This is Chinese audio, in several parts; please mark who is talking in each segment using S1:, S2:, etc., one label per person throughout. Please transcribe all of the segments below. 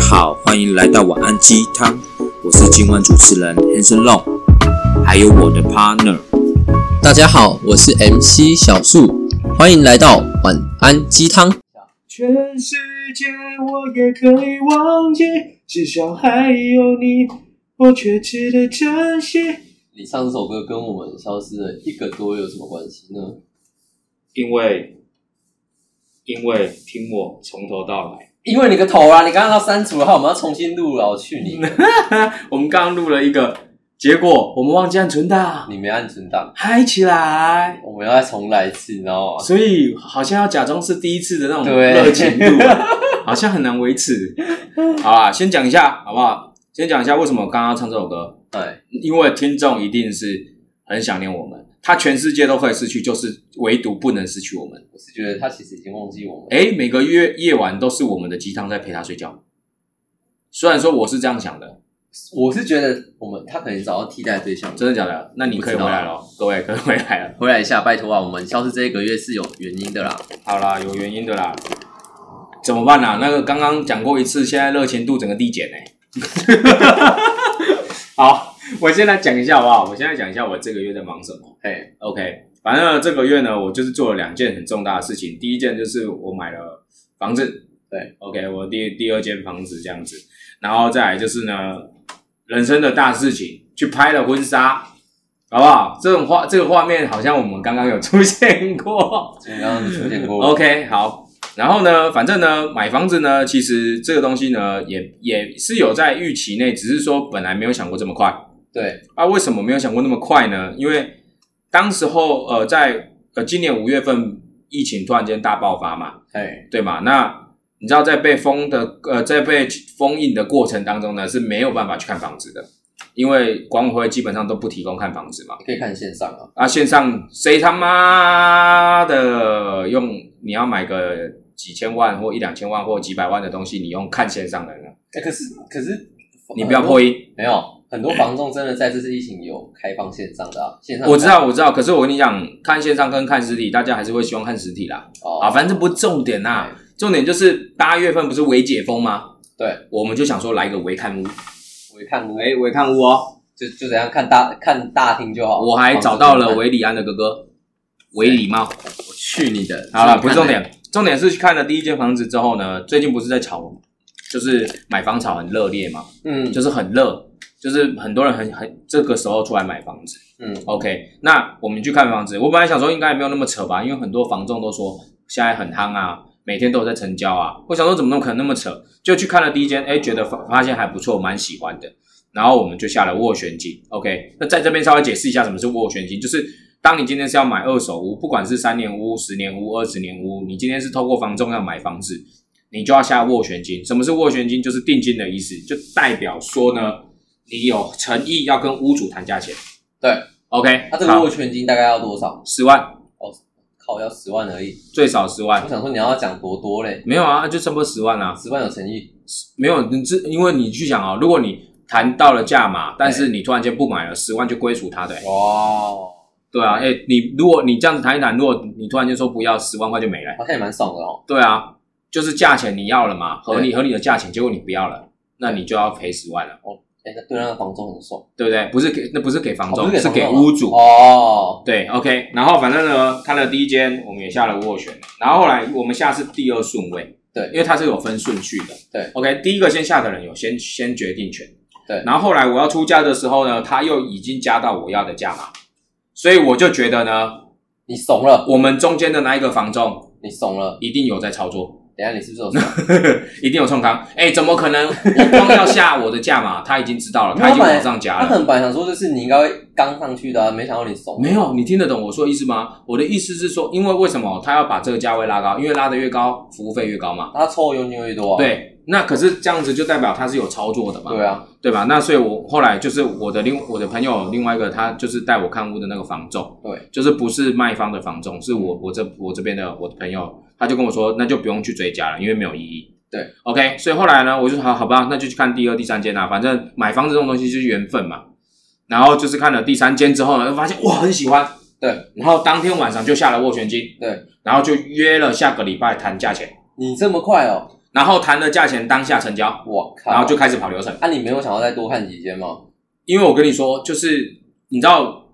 S1: 好，欢迎来到晚安鸡汤，我是今晚主持人 Hanson Long，还有我的 partner。
S2: 大家好，我是 MC 小树，欢迎来到晚安鸡汤。
S3: 全世界我也可以忘记，至少还有你，我却值得珍惜。
S2: 你唱这首歌跟我们消失了一个多月有什么关系呢？
S3: 因为，因为听我从头到来，
S2: 因为你个头啊！你刚刚要删除了，我们要重新录了，我去 你！
S3: 我们刚刚录了一个，结果我们忘记按存档，
S2: 你没按存档，
S3: 嗨起来。
S2: 我们要再重来一次，你知道吗？
S3: 所以好像要假装是第一次的那种
S2: 对
S3: 热情度 啊，好像很难维持。好啦，先讲一下好不好？先讲一下为什么我刚刚要唱这首歌。
S2: 对，
S3: 因为听众一定是很想念我们，他全世界都可以失去，就是唯独不能失去我们。
S2: 我是觉得他其实已经忘记我们。
S3: 诶，哎每个月夜晚都是我们的鸡汤在陪他睡觉。虽然说我是这样想的，
S2: 我是觉得我们他可能找到替代对象了，
S3: 真的假的？那你可以回来了，各位可以回来了。
S2: 回来一下，拜托啊！我们消失这一个月是有原因的啦。
S3: 好啦，有原因的啦，怎么办啊啦？那个刚刚讲过一次，现在热情度整个递减呢。 好，我先来讲一下好不好？我先来讲一下我这个月在忙什么。
S2: 哎，
S3: OK，反正呢这个月呢，我就是做了两件很重大的事情。第一件就是我买了房子，
S2: 对
S3: ，OK，我第第二间房子这样子，然后再来就是呢，人生的大事情，去拍了婚纱，好不好？这种画这个画面好像我们刚刚有出现过。
S2: 所以刚刚出现 过，
S3: OK，好，然后呢，反正呢，买房子呢，其实这个东西呢，也也是有在预期内，只是说本来没有想过这么快。
S2: 对，
S3: 啊，为什么没有想过那么快呢？因为当时候呃，在呃今年五月份疫情突然间大爆发嘛，
S2: 哎，
S3: 对嘛？那你知道在被封的呃在被封印的过程当中呢，是没有办法去看房子的，因为管委会基本上都不提供看房子嘛。
S2: 可以看线上啊。
S3: 啊，线上谁他妈的用你要买个几千万或一两千万或几百万的东西，你用看线上的呢？
S2: 哎，可是可是
S3: 你不要破音。
S2: 没有，很多房仲真的在这次疫情有开放线上的啊，线上
S3: 我知道，我知道，可是我跟你讲，看线上跟看实体，大家还是会希望看实体啦。
S2: 哦
S3: 啊，反正这不是啊重点呐、重点就是八月份不是微解封吗？
S2: 对，
S3: 我们就想说来个微看屋，
S2: 我一看屋
S3: 哎、微看屋哦，
S2: 就就怎样看大看大厅就好。
S3: 我还找到了
S2: 房子
S3: 维里安的哥哥，维礼貌。
S2: 我去你的！
S3: 好了，不
S2: 是
S3: 是重，点，重点是去看了第一间房子之后呢，最近不是在炒，就是买房炒很热烈嘛，
S2: 嗯
S3: 就是很热，就是很多人很很这个时候出来买房子。
S2: 嗯，
S3: OK，那我们去看房子，我本来想说应该也没有那么扯吧，因为很多房仲都说现在很夯啊，每天都有在成交啊。我想说怎么可能那么扯？就去看了第一间，哎，觉得发发现还不错，蛮喜欢的。然后我们就下了斡旋金。OK，那在这边稍微解释一下什么是斡旋金，就是当你今天是要买二手屋，不管是三年屋、十年屋、二十年屋，你今天是透过房仲要买房子，你就要下斡旋金。什么是斡旋金？就是定金的意思，就代表说呢，你有诚意要跟屋主谈价钱。
S2: 对啊
S3: ，OK，
S2: 那这个
S3: 好
S2: 握拳金大概要多少？
S3: 十万，
S2: 靠，要十万而已。
S3: 最少十
S2: 我
S3: 万。
S2: 想说你要讲多多嘞，
S3: 没有啊，就差不多十万啊。
S2: 十万有诚意，
S3: 没有，你这因为你去想哦，如果你谈到了价码，但是你突然间不买了，十万就归属他的、
S2: 哦
S3: 欸
S2: 哇，
S3: 对啊，哎、你如果你这样子谈一谈，如果你突然间说不要，十万块就没了、欸
S2: 好像也蛮爽的哦。
S3: 对啊，就是价钱你要了嘛，合理
S2: 对
S3: 合理的价钱，结果你不要了，那你就要赔十万了，
S2: 哎，那对那个房仲很爽，
S3: 对不对？不是给那不是给房
S2: 哦
S3: 东，
S2: 不是
S3: 是
S2: 给
S3: 给
S2: 房仲啊
S3: 屋主。
S2: 哦。
S3: 对，OK，然后反正呢，看了第一间，我们也下了斡旋了，然后后来我们下是第二顺位，
S2: 对
S3: 因为它是有分顺序的，
S2: 对
S3: ，OK，第一个先下的人有先先决定权，
S2: 对
S3: 然后后来我要出价的时候呢，他又已经加到我要的价码，所以我就觉得呢，
S2: 你怂了，
S3: 我们中间的那一个房仲
S2: 你怂了！
S3: 一定有在操作，
S2: 等一下你是不是有怂？
S3: 一定有冲康，哎，怎么可能？我光要下我的价码，他已经知道了，他已经往上加
S2: 他
S3: 了
S2: 可。能本来想说就是你应该会刚上去的啊，没想到你怂。
S3: 没有，你听得懂我说的意思吗？我的意思是说，因为为什么他要把这个价位拉高？因为拉得越高，服务费越高嘛。
S2: 他抽的佣金会多啊。
S3: 对，那可是这样子就代表他是有操作的嘛，
S2: 对啊，
S3: 对吧？那所以我后来就是我的另我的朋友另外一个，他就是带我看屋的那个房仲，
S2: 对，嗯
S3: 就是不是卖方的房仲，是我我这我这边的我的朋友，他就跟我说，那就不用去追加了，因为没有意义。
S2: 对
S3: ，OK，所以后来呢，我就好好吧，那就去看第二、第三间啦，反正买房子这种东西就是缘分嘛。然后就是看了第三间之后呢，就发现哇很喜欢，
S2: 对，
S3: 然后当天晚上就下了斡旋金，
S2: 对，
S3: 然后就约了下个礼拜谈价钱。
S2: 你这么快哦，
S3: 然后谈了价钱，当下成交，
S2: 我靠！
S3: 然后就开始跑流程。
S2: 啊，你没有想要再多看几间吗？
S3: 因为我跟你说，就是你知道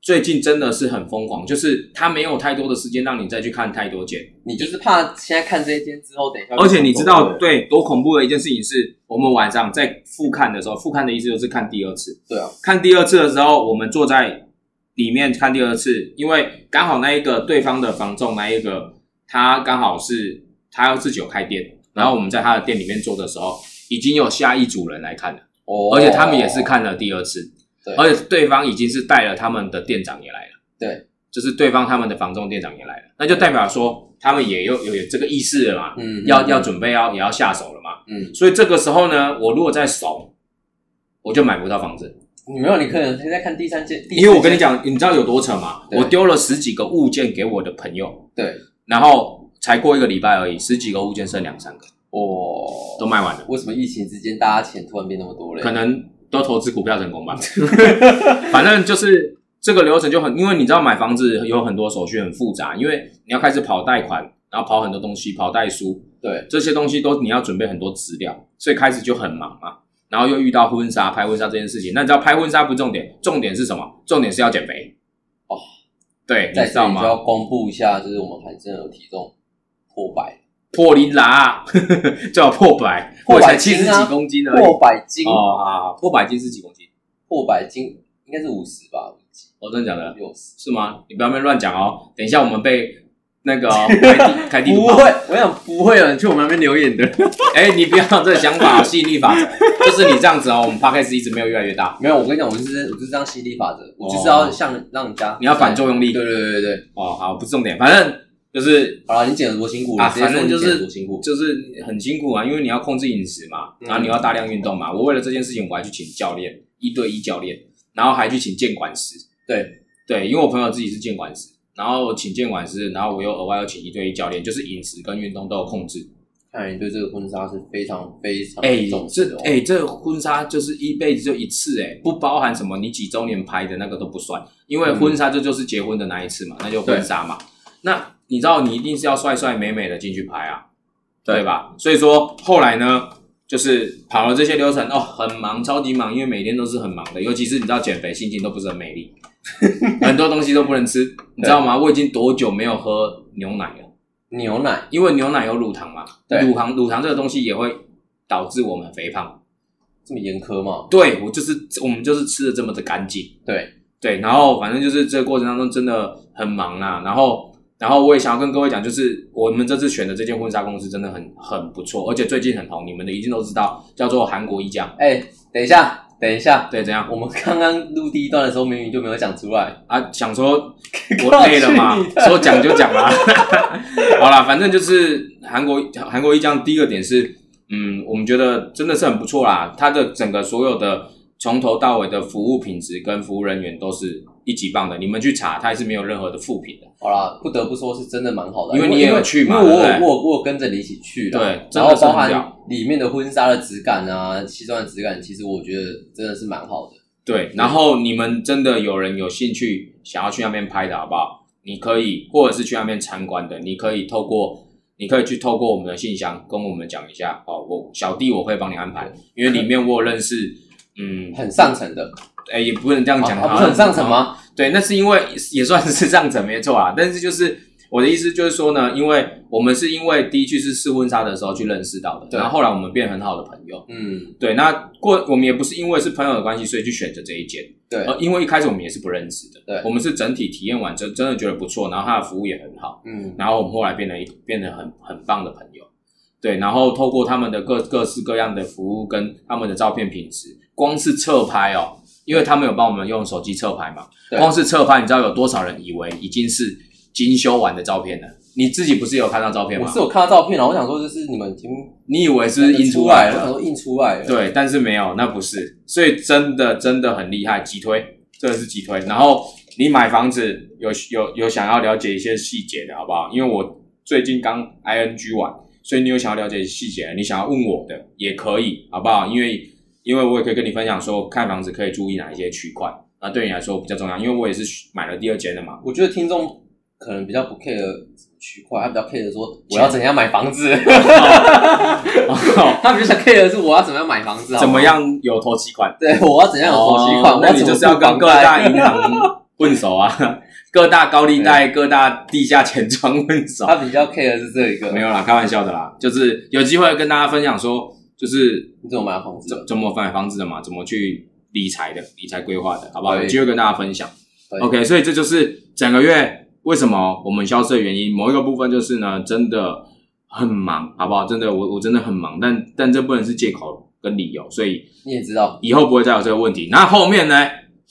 S3: 最近真的是很疯狂，就是他没有太多的时间让你再去看太多间，
S2: 你就是怕现在看这一间之后，等一下就
S3: 而且你知道
S2: 走了
S3: 对多恐怖的一件事情是，我们晚上在复看的时候，复看的意思就是看第二次，
S2: 对啊，
S3: 看第二次的时候，我们坐在里面看第二次，因为刚好那一个对方的房仲那一个他刚好是他自己有开店，然后我们在他的店里面做的时候，已经有下一组人来看了。
S2: 哦，
S3: 而且他们也是看了第二次，
S2: 对
S3: 而且对方已经是带了他们的店长也来了，
S2: 哦对，
S3: 就是对方他们的房仲店长也来了，那就代表说他们也有有有这个意识了嘛，
S2: 嗯，嗯
S3: 要要准备要也要下手了嘛，
S2: 嗯，
S3: 所以这个时候呢，我如果再怂，我就买不到房子，
S2: 你没有，你可能现在看第三间，第四间
S3: 因为我跟你，讲，你知道有多扯吗？
S2: 对
S3: 我丢了十几个物件给我的朋友，
S2: 对，
S3: 然后才过一个礼拜而已，十几个物件剩两三个都
S2: 哦，
S3: 卖完了，
S2: 为什么疫情之间大家钱突然变那么多嘞？
S3: 可能都投资股票成 功吧。反正就是这个流程就很，因为你知道买房子有很多手续很复杂，因为你要开始跑贷款，然后跑很多东西，跑代书
S2: 对，
S3: 这些东西都你要准备很多资料，所以开始就很忙嘛。然后又遇到婚纱拍婚纱这件事情，那你知道拍婚纱不是重点，重点是什么？重点是要减肥
S2: 哦。
S3: 对，你
S2: 在
S3: 知
S2: 这
S3: 道
S2: 里就
S3: 吗？
S2: 要公布一下，就是我们韩正有体重破百，
S3: 破零啦， 就要破百，
S2: 破
S3: 我才
S2: 百
S3: 七
S2: 斤
S3: 十
S2: 啊
S3: 几公斤而已。
S2: 破百斤，
S3: 哦啊，破百斤是几公斤？
S2: 破百斤应该是五十吧，五十
S3: 哦，真的假的？
S2: 六十，
S3: 是吗？你不要在那边乱讲哦，等一下我们被那个 哦开地开地图
S2: 不
S3: 炮。
S2: 会，我想不会有人去我们那边留言的，
S3: 哎、你不要有这个想法，吸引力法则 就是你这样子哦。我们 podcast 一直没有越来越大，
S2: 没有，我跟你讲，我就是我就是这样吸引力法则，我就是要像让人家
S3: 哦你要反作用力。
S2: 对对对对对，
S3: 哦，好，不是重点，反正就是
S2: 好了，你减了多辛苦，
S3: 啊
S2: 你直接说
S3: 反正就是
S2: 你减了多辛苦，
S3: 就是很辛苦啊，因为你要控制饮食嘛，
S2: 嗯
S3: 然后你要大量运动嘛。我为了这件事情，我还去请教练，一对一教练，然后还去请监管师。
S2: 对
S3: 对，因为我朋友自己是监管师，然后我请监管师，然后我又额外要请一对一教练，就是饮食跟运动都有控制。
S2: 看来你对这个婚纱是非常非常
S3: 哎、
S2: 重视
S3: 这
S2: 哦。
S3: 哎、这婚纱就是一辈子就一次哎、不包含什么你几周年拍的那个都不算，因
S2: 嗯
S3: 为婚纱这就是结婚的那一次嘛，那就婚纱嘛。那你知道你一定是要帅帅美美的进去拍啊，
S2: 对
S3: 对吧？所以说后来呢，就是跑了这些流程哦，很忙，超级忙，因为每天都是很忙的，尤其是你知道减肥，心情都不是很美 丽，很多东西都不能吃，你知道吗？我已经多久没有喝牛奶了？
S2: 牛奶，
S3: 因为牛奶有乳糖嘛，
S2: 对
S3: 乳糖乳糖这个东西也会导致我们肥胖。
S2: 这么严苛吗？
S3: 对我就是我们就是吃的这么的干净，
S2: 对，
S3: 对，然后反正就是这个过程当中真的很忙啦、然后然后我也想要跟各位讲，就是我们这次选的这间婚纱公司真的很很不错，而且最近很红，你们的一定都知道，叫做韩国一家，
S2: 哎、等一下，等一下，
S3: 对，怎样
S2: 我们刚刚录第一段的时候，明明就没有讲出来，
S3: 啊？想说我累了 嘛
S2: 去你，的
S3: 说讲就 讲啦，好啦，反正就是韩国韩国一家第一个点是，嗯，我们觉得真的是很不错啦，它的整个所有的从头到尾的服务品质跟服务人员都是一级棒的，你们去查，它也是没有任何的负评的。
S2: 好啦，不得不说是真的蛮好的，啊
S3: 因为你也有去嘛
S2: 因为
S3: 对
S2: 我
S3: 不
S2: 有我
S3: 对
S2: 有我有跟着你一起去啦，
S3: 对真
S2: 然
S3: 的
S2: 后
S3: 是
S2: 包
S3: 很
S2: 含
S3: 屌
S2: 里面的婚纱的质感啊，西装的质感，其实我觉得真的是蛮好的。
S3: 对，然后你们真的有人有兴趣想要去那边拍的好不好？你可以，或者是去那边参观的，你可以透过，你可以去透过我们的信箱跟我们讲一下哦。我小弟我会帮你安排，因为里面我有认识，嗯，
S2: 很上层的，
S3: 哎，也不能这样讲，
S2: 啊啊
S3: 好
S2: 不是
S3: 像
S2: 很上层吗？
S3: 对，那是因为也算是上层没错啊，但是就是我的意思就是说呢，因为我们是因为第一句是试婚纱的时候去认识到的，
S2: 对
S3: 然后后来我们变很好的朋友。
S2: 嗯，
S3: 对，那过我们也不是因为是朋友的关系，所以去选择这一间。
S2: 对，
S3: 呃，因为一开始我们也是不认识的，
S2: 对
S3: 我们是整体体验完真真的觉得不错，然后他的服务也很好，
S2: 嗯，
S3: 然后我们后来变得一变得很很棒的朋友，对，然后透过他们的各各式各样的服务跟他们的照片品质，光是侧拍哦，因为他们有帮我们用手机侧拍嘛，
S2: 对
S3: 光是侧拍，你知道有多少人以为已经是精修完的照片了？你自己不是也有看到照片
S2: 我
S3: 吗
S2: 是？有看到照片了，我想说就是你们已经
S3: 你以为是印
S2: 出
S3: 来
S2: 了，我想说印出来了，
S3: 对，但是没有，那不是，所以真的真的很厉害，急推，真的是急推。然后你买房子有有有想要了解一些细节的好不好？因为我最近刚 ing 完，所以你有想要了解细节的，你想要问我的也可以，好不好？因为因为我也可以跟你分享说，看房子可以注意哪一些区块，那对你来说比较重要，因为我也是买了第二间的嘛。
S2: 我觉得听众可能比较不 care 什么区块，他比较 care 说我要怎样买房子， 他比较想 care 的是我要怎么样买房子，好不好
S3: 哦怎么？样有头期款？
S2: 对，我要怎样有首期款？
S3: 哦
S2: 我
S3: 那
S2: 要
S3: 你
S2: 怎
S3: 就
S2: 么
S3: 是要
S2: 付
S3: 跟
S2: 房
S3: 各
S2: 贷
S3: 大银行混熟啊，各大高利贷、各大地下钱庄混熟。
S2: 他 比较 care 的是这一个，
S3: 没有啦，开玩笑的啦，就是有机会跟大家分享说，就是
S2: 你怎么买房子
S3: 怎
S2: 的？
S3: 怎么买房子的嘛，怎么去理财的，理财规划的，好不好？
S2: 对
S3: 有机会跟大家分享。
S2: 对
S3: OK，所以这就是整个月为什么我们消失的原因。某一个部分就是呢，真的很忙，好不好？真的，我我真的很忙，但但这不能是借口跟理由，所以
S2: 你也知道。
S3: 以后不会再有这个问题。那后面呢？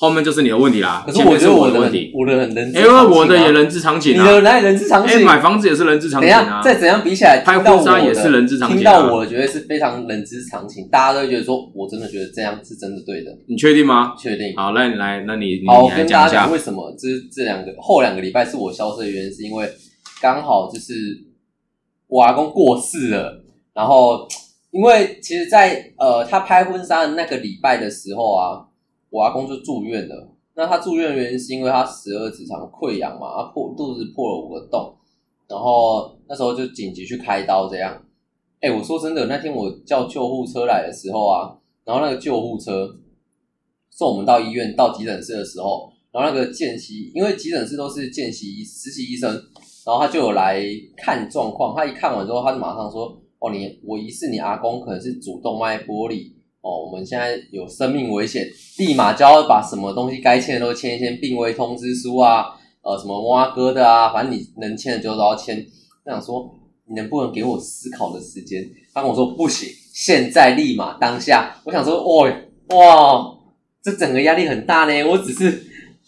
S3: 后面就是你的问题啦。
S2: 可是我觉
S3: 前面是
S2: 得
S3: 我
S2: 的
S3: 问
S2: 很
S3: 题，
S2: 我的很人之
S3: 因
S2: 常情啊，
S3: 为我的也人之常
S2: 你
S3: 情啊。
S2: 的哪里人之常
S3: 哎、
S2: 情？
S3: 买房子也是人之常
S2: 等一
S3: 情
S2: 下，
S3: 啊。
S2: 再怎样比起来，
S3: 拍
S2: 听到我
S3: 婚纱也
S2: 的，
S3: 是人之常情啊
S2: 听到我的觉得是非常人之常情，大家都会觉得说，我真的觉得这样是真的对的，
S3: 你确定吗？
S2: 确定。
S3: 好，那你来，那你你
S2: 好，
S3: 你
S2: 我
S3: 来
S2: 跟
S3: 讲
S2: 大
S3: 一
S2: 家讲
S3: 下。
S2: 为什么这这两个后两个礼拜是我消失的原因，是因为刚好就是我阿公过世了，然后因为其实在，呃他拍婚纱的那个礼拜的时候啊，我阿公就住院了。那他住院的原因是因为他十二指肠溃疡嘛，他破肚子破了五个洞，然后那时候就紧急去开刀这样。哎、我说真的，那天我叫救护车来的时候啊，然后那个救护车送我们到医院到急诊室的时候，然后那个见习，因为急诊室都是见习实习医生，然后他就有来看状况。他一看完之后，他就马上说：“哦，你我疑似你阿公可能是主动脉剥离哦，我们现在有生命危险，立马就要把什么东西该签的都签一签，病危通知书啊，呃，什么挖哥的啊，反正你能签的就都要签。”我想说，你能不能给我思考的时间？他跟我说不行，现在立马当下。我想说，哦哇，这整个压力很大呢。我只是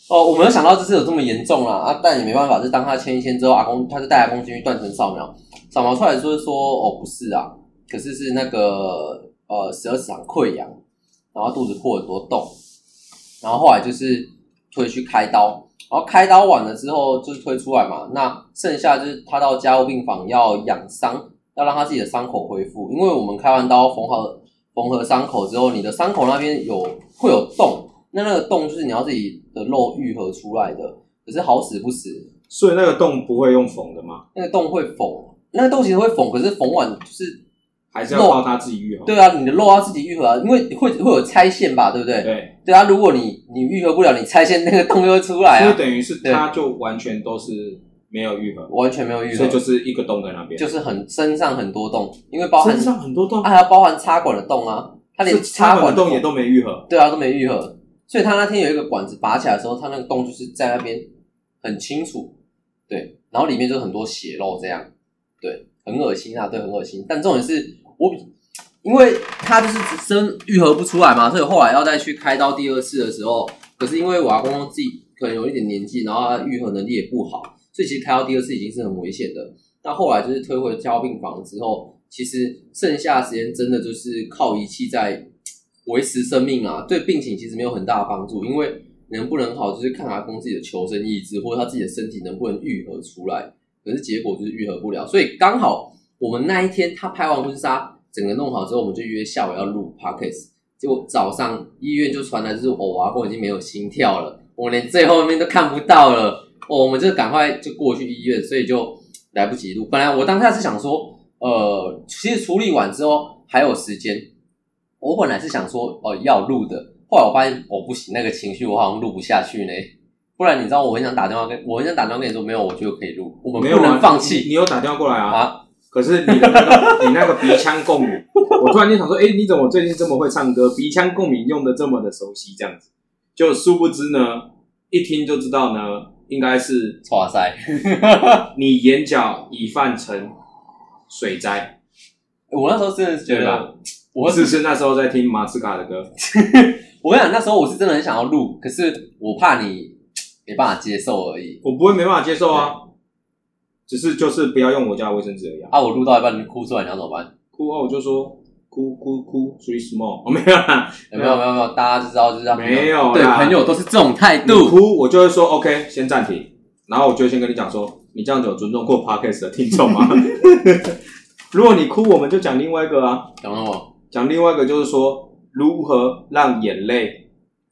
S2: 哦，我没有想到这次有这么严重啦啊！但也没办法，就当他签一签之后，阿公他就带阿公进去断层扫描，扫描出来就是说哦不是啊，可是是那个呃十二指肠溃疡，然后肚子破很多洞，然后后来就是推去开刀。然后开刀完了之后就是推出来嘛，那剩下就是他到加护病房要养伤，要让他自己的伤口恢复，因为我们开完刀缝好缝合伤口之后，你的伤口那边有会有洞，那那个洞就是你要自己的肉愈合出来的。可是好死不死，
S3: 所以那个洞不会用缝的吗？
S2: 那个洞会缝，那个洞其实会缝，可是缝完就是
S3: 还是
S2: 要靠
S3: 它自己愈合
S2: 对啊，你的肉要自己愈合啊，因为会会有拆线吧，对不对？
S3: 对，
S2: 对啊，如果你你愈合不了，你拆线那个洞又会出来啊，
S3: 等于是
S2: 它
S3: 就完全都是没有愈合，
S2: 完全没有愈合，
S3: 是一个洞在那边
S2: 就是很身上很多洞，因为包含
S3: 身上很多洞
S2: 啊，，还有包含插管的洞啊，它连
S3: 是插
S2: 管
S3: 管洞也都没愈合。
S2: 对啊，都没愈合。所以他那天有一个管子拔起来的时候，他那个洞就是在那边很清楚，对，然后里面就很多血肉这样，对，很恶心啊，对，很恶心。但重点是我比，因为他就是只生愈合不出来嘛，所以后来要再去开刀第二次的时候，可是因为我阿公自己可能有一点年纪，然后他愈合能力也不好，所以其实开刀第二次已经是很危险的。那后来就是推回加护病房之后，其实剩下的时间真的就是靠仪器在维持生命啊，对病情其实没有很大的帮助，因为能不能好就是看阿公自己的求生意志，或者他自己的身体能不能愈合出来。可是结果就是愈合不了，所以刚好我们那一天他拍完婚纱，整个弄好之后，我们就约下午要录 podcast。结果早上医院就传来就是哦，我阿公已经没有心跳了，我连最后面都看不到了。哦，我们就赶快就过去医院，所以就来不及录。本来我当下是想说，呃，其实处理完之后还有时间，我本来是想说，哦、要录的，后来我发现我、哦、不行，那个情绪我好像录不下去呢。不然你知道我很想打电话跟，我很想打电话跟你说，没有，我觉得可以录，我们
S4: 没有
S2: 不
S4: 啊
S2: 能放
S4: 你
S2: 弃
S4: 你有打电话过来啊？
S2: 啊！
S4: 可是你的那个你那个鼻腔共鸣，我突然间想说，哎、你怎么最近这么会唱歌？鼻腔共鸣用的这么的熟悉，这样子，就殊不知呢，一听就知道呢，应该是
S2: 哇啊塞，
S4: 你眼角已泛成水灾，
S2: 我那时候真的是觉
S4: 对
S2: 得
S4: 吧，
S2: 我
S4: 是不是那时候在听马斯卡的歌？
S2: 我跟你讲，那时候我是真的很想要录，可是我怕你没办法接受而已。
S4: 我不会没办法接受啊，只是就是不要用我家的卫生纸而已、啊。
S2: 啊，我录到一半你哭出来，你要怎么办？
S4: 哭啊，我就说哭哭哭，three small，我、没哦有啦，
S2: 有没有没有没有，大家就知道就是他朋友
S4: 没有啦
S2: 对朋友都是这种态
S4: 你
S2: 度。
S4: 哭，我就会说 OK，先暂停，然后我就会先跟你讲说，你这样子有尊重过 podcast 的听众吗？ 如果你哭，我们就讲另外一个啊，
S2: 懂了我
S4: 讲另外一个就是说如何让眼泪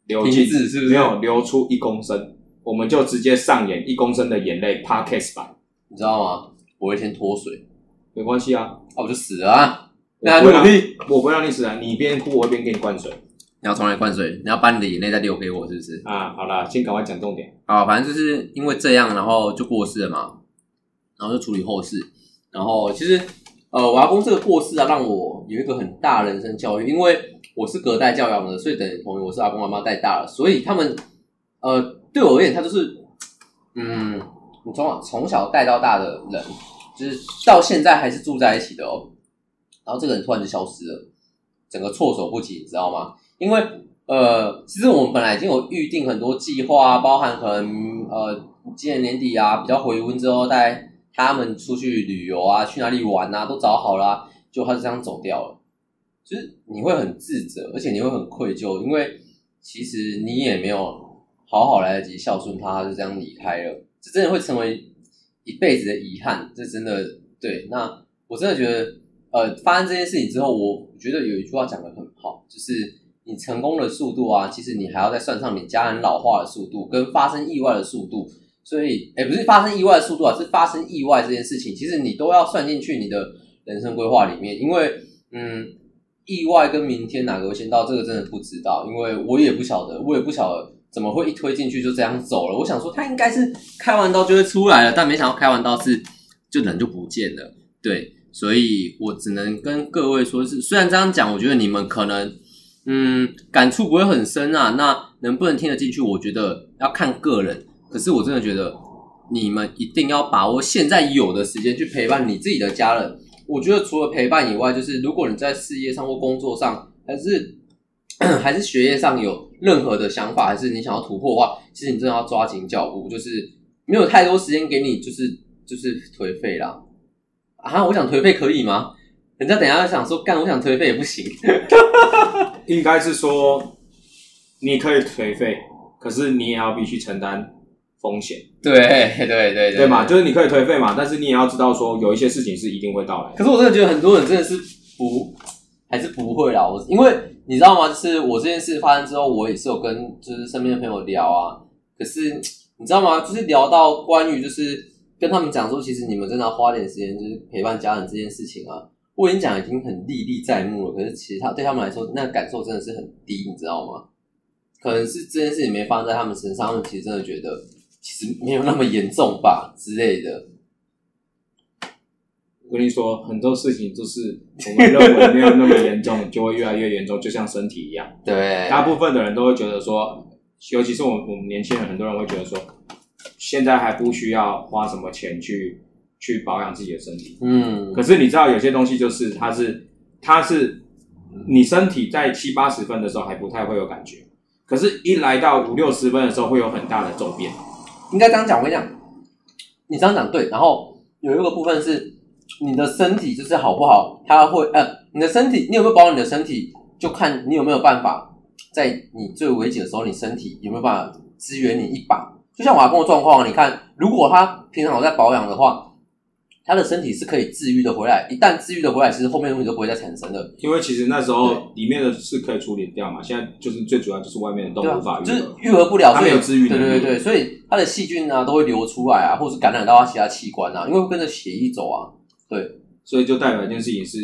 S4: 流
S2: 停
S4: 进，
S2: 止是不
S4: 没
S2: 是？
S4: 有流出一公升，我们就直接上演一公升的眼泪 podcast 版。
S2: 你知道吗？我会先脱水，
S3: 没关系啊，
S2: 啊，我就死了啊！那努
S3: 我不会让
S2: 力，
S3: 我不会让你死啊，你边哭我会边给你灌水
S2: 你要从哪里灌水？你要把你的眼泪再流给我，是不是？
S3: 啊。好啦，先赶快讲重点。
S2: 啊，反正就是因为这样，然后就过世了嘛，然后就处理后事。然后其实，呃，我阿公这个过世啊，让我有一个很大人生教育，因为我是隔代教养的，所以等于同于我是阿公阿妈带大了，所以他们，呃，对我而言，他就是，嗯，我从小从小带到大的人，就是到现在还是住在一起的哦。然后这个人突然就消失了，整个措手不及，你知道吗？因为呃，其实我们本来已经有预定很多计划啊，包含可能呃今年年底啊，比较回温之后带他们出去旅游啊，去哪里玩啊，都找好了啊、就他就这样走掉了。就是你会很自责，而且你会很愧疚，因为其实你也没有好好来得及孝顺他，他就这样离开了，这真的会成为一辈子的遗憾。这真的对。那我真的觉得，呃，发生这件事情之后，我觉得有一句话讲的很好，就是你成功的速度啊，其实你还要再算上你家人老化的速度跟发生意外的速度。所以，哎，不是发生意外的速度啊，是发生意外这件事情，其实你都要算进去你的人生规划里面，因为，嗯，意外跟明天哪个会先到，这个真的不知道，因为我也不晓得，我也不晓得怎么会一推进去就这样走了。我想说，他应该是开完刀就会出来了，但没想到开完刀是就人就不见了。对，所以我只能跟各位说是，虽然这样讲，我觉得你们可能嗯感触不会很深啊，那能不能听得进去，我觉得要看个人。可是我真的觉得你们一定要把握现在有的时间去陪伴你自己的家人。我觉得除了陪伴以外，就是如果你在事业上或工作上，还是还是学业上有任何的想法，还是你想要突破的话，其实你真的要抓紧脚步，就是没有太多时间给你，就是就是颓废啦。啊，我想颓废可以吗？人家等一下想说干，我想颓废也不行。
S3: 应该是说，你可以颓废，可是你也要必须承担风险，
S2: 对对对对
S3: 对嘛？就是你可以颓废嘛，但是你也要知道说，有一些事情是一定会到来 的。
S2: 可是我真的觉得很多人真的是不，还是不会啦。我因为你知道吗？就是我这件事发生之后，我也是有跟就是身边的朋友聊啊。可是你知道吗？就是聊到关于就是跟他们讲说，其实你们真的要花点时间，就是陪伴家人这件事情啊。我已经讲已经很历历在目了，可是其实他对他们来说，那感受真的是很低，你知道吗？可能是这件事情没发生在他们身上，他们其实真的觉得其实没有那么严重吧之类的。
S3: 我跟你说，很多事情就是我们认为没有那么严重，就会越来越严重，就像身体一样。
S2: 对，
S3: 大部分的人都会觉得说，尤其是我们我们年轻人，很多人会觉得说，现在还不需要花什么钱去去保养自己的身体。
S2: 嗯，
S3: 可是你知道，有些东西就是它是它是你身体在七八十分的时候还不太会有感觉，可是一来到五六十分的时候会有很大的骤变。
S2: 应该这样讲，我跟你讲，你这样讲对。然后有一个部分是你的身体就是好不好，它会呃，你的身体你有没有保养你的身体，就看你有没有办法在你最危急的时候，你身体有没有办法支援你一把。就像我阿公的状况，你看，如果他平常有在保养的话，他的身体是可以治愈的回来。一旦治愈的回来，其实后面的问题都不会再产生了。
S3: 因为其实那时候里面的是可以处理掉嘛，现在就是最主要就是外面的动
S2: 对
S3: 物
S2: 啊
S3: 无法愈
S2: 就是
S3: 合。
S2: 愈合不了，
S3: 它
S2: 所以
S3: 没有治愈
S2: 对
S3: 能
S2: 对
S3: 力
S2: 对对，所以它的细菌啊都会流出来啊，或者是感染到它其他器官啊，因为会跟着血液走啊。
S3: 所以就代表一件事情是，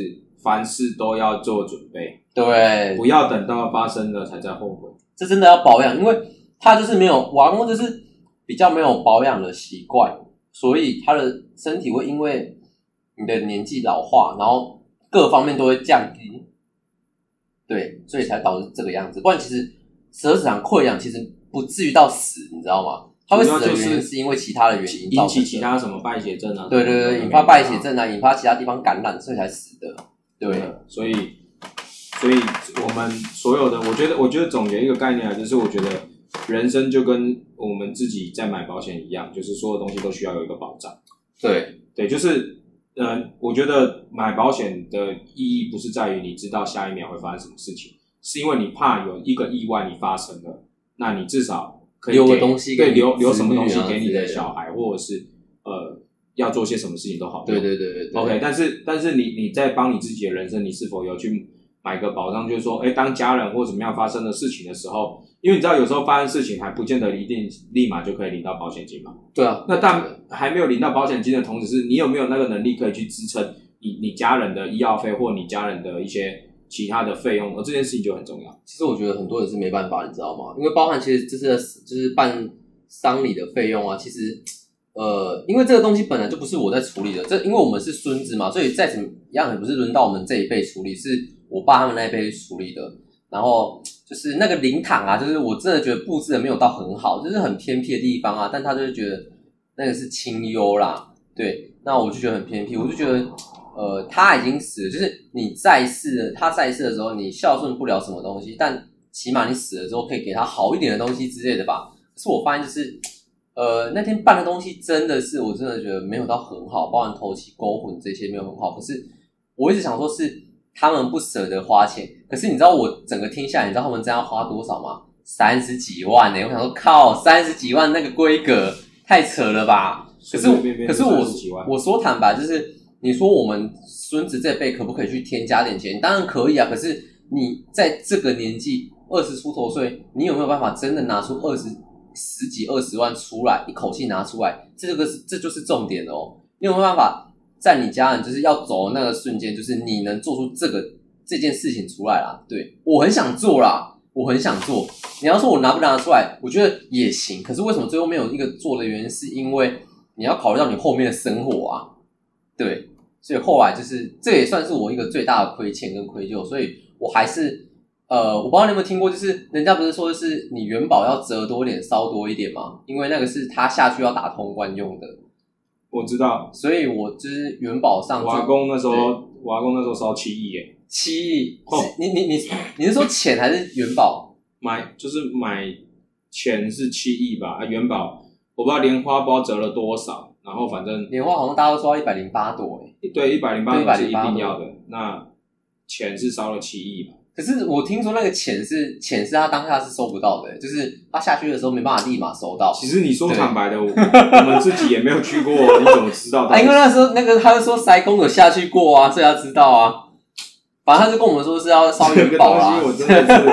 S3: 凡事都要做准备，
S2: 对，
S3: 不要等到发生了才在后悔。
S2: 这真的要保养，因为他就是没有王工，就是比较没有保养的习惯，所以他的身体会因为你的年纪老化，然后各方面都会降低，对，所以才导致这个样子。不然其实十二指肠溃疡其实不至于到死，你知道吗？他会死的原因是因为其他的原因
S3: 引
S2: 造成
S3: 起
S2: 的
S3: 其他什么败血症啊？
S2: 对对对，引发败血症啊，引发其他地方感染，所以才死的。对，
S3: 所以，所以我们所有的，我觉得，我觉得总结一个概念啊，就是我觉得人生就跟我们自己在买保险一样，就是所有东西都需要有一个保障。
S2: 对，
S3: 对，就是，呃，我觉得买保险的意义不是在于你知道下一秒会发生什么事情，是因为你怕有一个意外你发生了，那你至少可以
S2: 留个
S3: 给
S2: 东西给
S3: 对，
S2: 你
S3: 留留
S2: 子
S3: 什么
S2: 女
S3: 东西
S2: 啊
S3: 给
S2: 之
S3: 你
S2: 类
S3: 的
S2: 的
S3: 小孩，或者是呃，要做些什么事情都好用。
S2: 对对对对对
S3: OK，但是但是你你在帮你自己的人生，你是否有去买个保障，就是说，哎，当家人或怎么样发生的事情的时候，因为你知道有时候发生事情还不见得一定立马就可以领到保险金嘛。
S2: 对啊，
S3: 那但还没有领到保险金的同时，是你有没有那个能力可以去支撑你你家人的医药费或你家人的一些其他的费用？而这件事情就很重要。
S2: 其实我觉得很多人是没办法，你知道吗？因为包含其实这是就是办丧礼的费用啊，其实呃，因为这个东西本来就不是我在处理的，这因为我们是孙子嘛，所以再怎么样也不是轮到我们这一辈处理，是我爸他们那一辈处理的。然后就是那个灵堂啊，就是我真的觉得布置的没有到很好，就是很偏僻的地方啊，但他就是觉得那个是清幽啦，对，那我就觉得很偏僻，我就觉得。呃，他已经死了，就是你在世的，他在世的时候，你孝顺不了什么东西，但起码你死了之后可以给他好一点的东西之类的吧。可是我发现就是，呃，那天办的东西真的是，我真的觉得没有到很好，包含头七、勾魂这些没有很好。可是我一直想说是他们不舍得花钱，可是你知道我整个听下来，你知道他们这样花多少吗？三十几万呢、我想说靠，三十几万那个规格太扯了吧。可是我
S3: 随随便便
S2: 可是
S3: 就
S2: 我
S3: 30几万
S2: 我说坦白，就是你说我们孙子这辈可不可以去添加点钱？当然可以啊，可是你在这个年纪二十出头岁，你有没有办法真的拿出二十十几二十万出来，一口气拿出来？这个是这就是重点哦。你有没有办法在你家人就是要走的那个瞬间，就是你能做出这个这件事情出来啦？对我很想做啦，我很想做。你要说我拿不拿得出来，我觉得也行。可是为什么最后没有一个做的原因，是因为你要考虑到你后面的生活啊，对，所以后来就是这也算是我一个最大的亏欠跟愧疚，所以我还是呃，我不知道你有没有听过，就是人家不是说就是你元宝要折多一点，烧多一点嘛，因为那个是他下去要打通关用的，
S3: 我知道，
S2: 所以我就是元宝上
S3: 我阿
S2: 就
S3: 公那时候，我阿公那时候烧七亿耶，
S2: 七亿
S3: 哦，
S2: 你你你你是说钱还是元宝？
S3: 买就是买钱是七亿吧，啊，元宝我不知道莲花包折了多少，然后反正
S2: 莲花好像大家都说要一百零八朵哎、
S3: 对一百零八
S2: 对108
S3: 是一定要的，那钱是烧了七亿吧。
S2: 可是我听说那个钱是钱是他当下是收不到的、欸就是他下去的时候没办法立马收到，
S3: 其实你说坦白的，我我们自己也没有去过，你怎么知道 到
S2: 啊，
S3: 底？
S2: 因为那时候那个他就说塞工有下去过啊，所以他知道啊。反正他就跟我们说是要烧
S3: 这
S2: 元
S3: 个
S2: 宝
S3: 东
S2: 啦
S3: 西，我真的是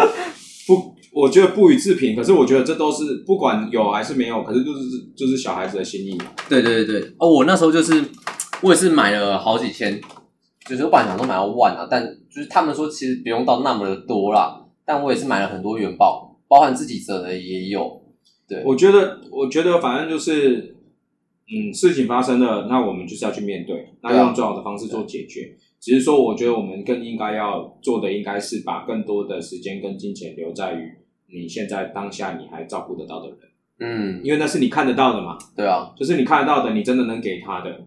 S3: 不，我觉得不予置评。可是我觉得这都是不管有还是没有，可是就是就是小孩子的心意嘛。
S2: 对对对对，哦，我那时候就是我也是买了好几千，就是我本来想说买到万啊，但就是他们说其实不用到那么的多啦，但我也是买了很多元宝，包含自己折的也有。对，
S3: 我觉得，我觉得反正就是，嗯，事情发生了，那我们就是要去面对，那
S2: 对啊
S3: 用最好的方式做解决。只是说，我觉得我们更应该要做的，应该是把更多的时间跟金钱留在于你现在当下你还照顾得到的人，
S2: 嗯，
S3: 因为那是你看得到的嘛。
S2: 对啊，
S3: 就是你看得到的，你真的能给他的，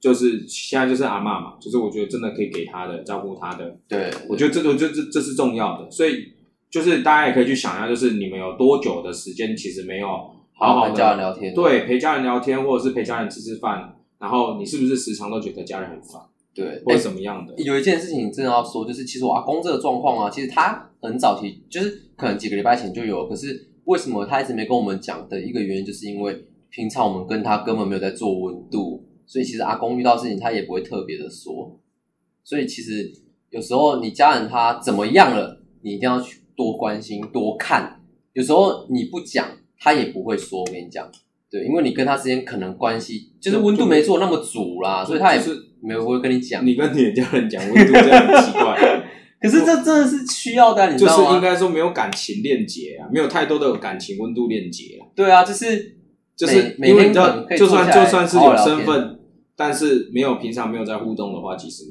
S3: 就是现在就是阿嬷嘛，就是我觉得真的可以给他的，照顾他的，
S2: 对，
S3: 我觉得这个这这这是重要的，所以就是大家也可以去想一下，就是你们有多久的时间其实没有好好
S2: 跟家人
S3: 的
S2: 聊天，
S3: 对陪家人聊天，或者是陪家人吃吃饭，然后你是不是时常都觉得家人很
S2: 哎
S3: 烦，
S2: 对，
S3: 或者怎么样的？
S2: 有一件事情真的要说，就是其实我阿公这个状况啊，其实他很早期，就是可能几个礼拜前就有，可是为什么他一直没跟我们讲的一个原因，就是因为平常我们跟他根本没有在做温度，所以其实阿公遇到事情他也不会特别的说，所以其实有时候你家人他怎么样了，你一定要去多关心多看，有时候你不讲他也不会说，我跟你讲。对，因为你跟他之间可能关系就是温度没做那么足啦，所以他也
S3: 就是
S2: 没有不会跟你讲。
S3: 你跟你的家人讲温度真的很奇 怪，
S2: 可是这真的是需要的啊、你知
S3: 就是
S2: 道吗？
S3: 应该说没有感情链接啊，没有太多的感情温度链接啊。
S2: 对啊，就是
S3: 就是
S2: 每
S3: 因为你知
S2: 每天可
S3: 道
S2: 能可，以
S3: 就
S2: 坐
S3: 算
S2: 下来
S3: 就算是
S2: 好好
S3: 有
S2: 聊
S3: 身
S2: 天
S3: 份，但是没有平常没有在互动的话，其实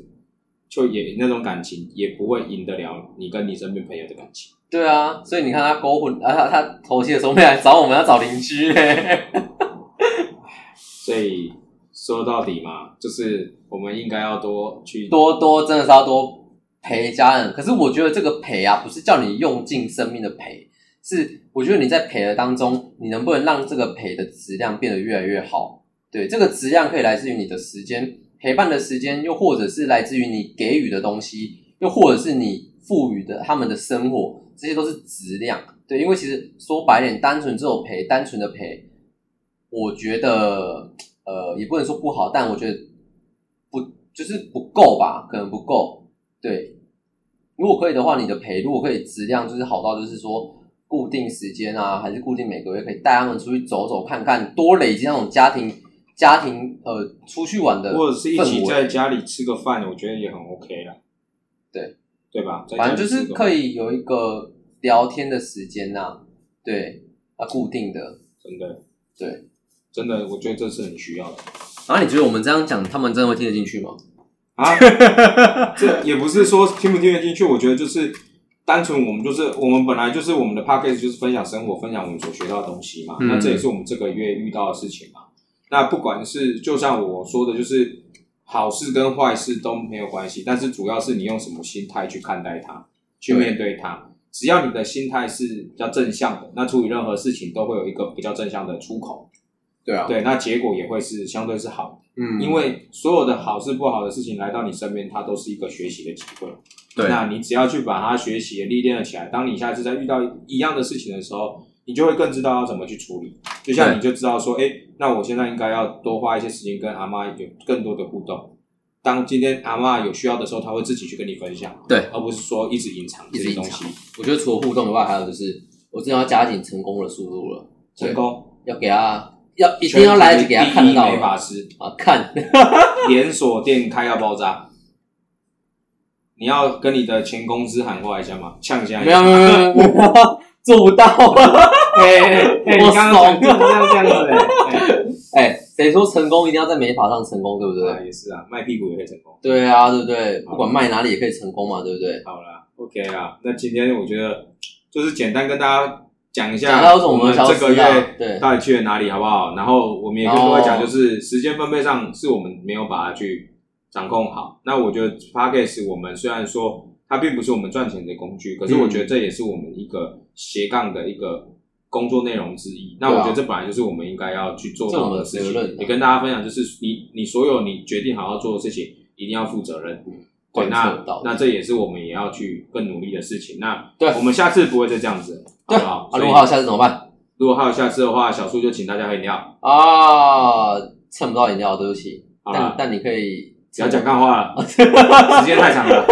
S3: 就也那种感情也不会赢得了你跟你身边朋友的感情。
S2: 对啊，所以你看他勾魂，啊他他头七的时候没来找我们，要找邻居呢。
S3: 所以说到底嘛，就是我们应该要多去
S2: 多多真的是要多陪家人，可是我觉得这个陪啊，不是叫你用尽生命的陪，是我觉得你在陪的当中，你能不能让这个陪的质量变得越来越好？对，这个质量可以来自于你的时间陪伴的时间，又或者是来自于你给予的东西，又或者是你赋予的他们的生活，这些都是质量。对，因为其实说白点，单纯只有陪，单纯的陪，我觉得呃也不能说不好，但我觉得不就是不够吧，可能不够。对，如果可以的话，你的陪录可以质量就是好到就是说固定时间啊，还是固定每个月可以带他们出去走走看看，多累积那种家庭家庭呃出去玩的，
S3: 或者是一起在
S2: 氛围
S3: 家里吃个饭，我觉得也很 OK 啦。
S2: 对
S3: 对吧？在家
S2: 反
S3: 里
S2: 正就
S3: 吃
S2: 是
S3: 个
S2: 可
S3: 饭
S2: 以有一个聊天的时间呐、对啊，固定的。
S3: 真的
S2: 对，
S3: 真的，我觉得这是很需要的
S2: 然后你觉得我们这样讲，他们真的会听得进去吗？
S3: 啊。 这也不是说听不听得进去，我觉得就是单纯我们就是我们本来就是我们的 p a c k a g e 就是分享生活，分享我们所学到的东西嘛。
S2: 嗯
S3: 那这也是我们这个月遇到的事情嘛。那不管是就像我说的，就是好事跟坏事都没有关系，但是主要是你用什么心态去看待它，去面对它。只要你的心态是比较正向的，那处理任何事情都会有一个比较正向的出口。
S2: 对啊，
S3: 对，那结果也会是相对是好的。
S2: 嗯
S3: 因为所有的好事不好的事情来到你身边，它都是一个学习的机会。
S2: 对
S3: 那你只要去把它学习历练了起来，当你下次再遇到一样的事情的时候，你就会更知道要怎么去处理。就像
S2: 对
S3: 你就知道说，哎，那我现在应该要多花一些时间跟阿妈有更多的互动。当今天阿妈有需要的时候，她会自己去跟你分享，
S2: 对
S3: 而不是说一直隐藏
S2: 一
S3: 这
S2: 直
S3: 些
S2: 隐
S3: 东
S2: 藏
S3: 西。
S2: 我觉得除了互动以外，还有就是我真的要加紧成功的速度了，对
S3: 成功
S2: 要给他要一定要来就给他看得到
S3: 第一美
S2: 了
S3: 法师，
S2: 啊，看
S3: 连锁店开到爆炸，你要跟你的前公司喊话一下吗？呛一下？
S2: 没有没有没有没 有，我做不到。
S3: 哎哎哎，你
S2: 我
S3: 刚刚讲就是要这样子哎
S2: 哎，谁说成功一定要在美法上成功，对不
S3: 哎，啊
S2: 对？
S3: 也是啊，卖屁股也可以成功。
S2: 对啊，对不对？不管卖哪里也可以成功嘛，对不对？
S3: 好啦 o k 啊，那今天我觉得就是简单跟大家讲一
S2: 讲
S3: 下
S2: 到我
S3: 我们
S2: 们消
S3: 这个
S2: 失
S3: 月
S2: 啊，对哦
S3: 到底去了哪里，好不好？然后我们也跟各位讲，就是时间分配上是我们没有把它去掌控好。那我觉得 p a c k a g e 我们虽然说它并不是我们赚钱的工具，可是我觉得这也是我们一个斜杠的一个工作内容之一。那我觉得这本来就是我们应该要去做到的事
S2: 啊这我们的
S3: 情
S2: 责任啊。
S3: 也跟大家分享，就是你你所有你决定好好做的事情，一定要负责任。
S2: 嗯
S3: 对，
S2: 贯
S3: 那
S2: 彻到底
S3: 那这也是我们也要去更努力的事情。那
S2: 对
S3: 我们下次不会再这样子，好
S2: 对
S3: 不好
S2: 啊，？
S3: 所以
S2: 如果还有下次怎么办
S3: 如果还有下次的话，小树就请大家喝饮料。
S2: 啊？蹭不到饮料，对哦不起。
S3: 好
S2: 但
S3: 了，
S2: 但你可以
S3: 不要讲干话了， 时间太长了。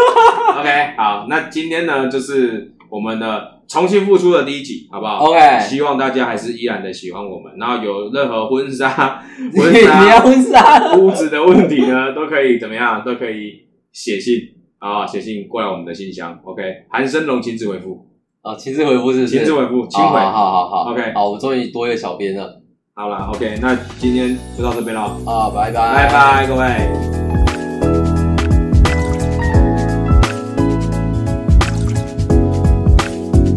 S3: OK，好，那今天呢就是我们的重新复出的第一集，好不好
S2: OK。
S3: 希望大家还是依然的喜欢我们，然后有任何 婚纱、
S2: 你
S3: 婚
S2: 你要
S3: 纱、
S2: 婚纱？
S3: 屋子的问题呢，都可以怎么样？都可以写信啊，写信过来我们的信箱。OK，韩生龙亲自回复，
S2: 哦，亲自回复是不是？
S3: 亲自回复，亲
S2: 好
S3: 回。
S2: 好好好好
S3: OK
S2: 好，我终于多一个小编了
S3: 好了，OK，那今天就到这边喽，
S2: 啊，拜拜，
S3: 拜拜，各位。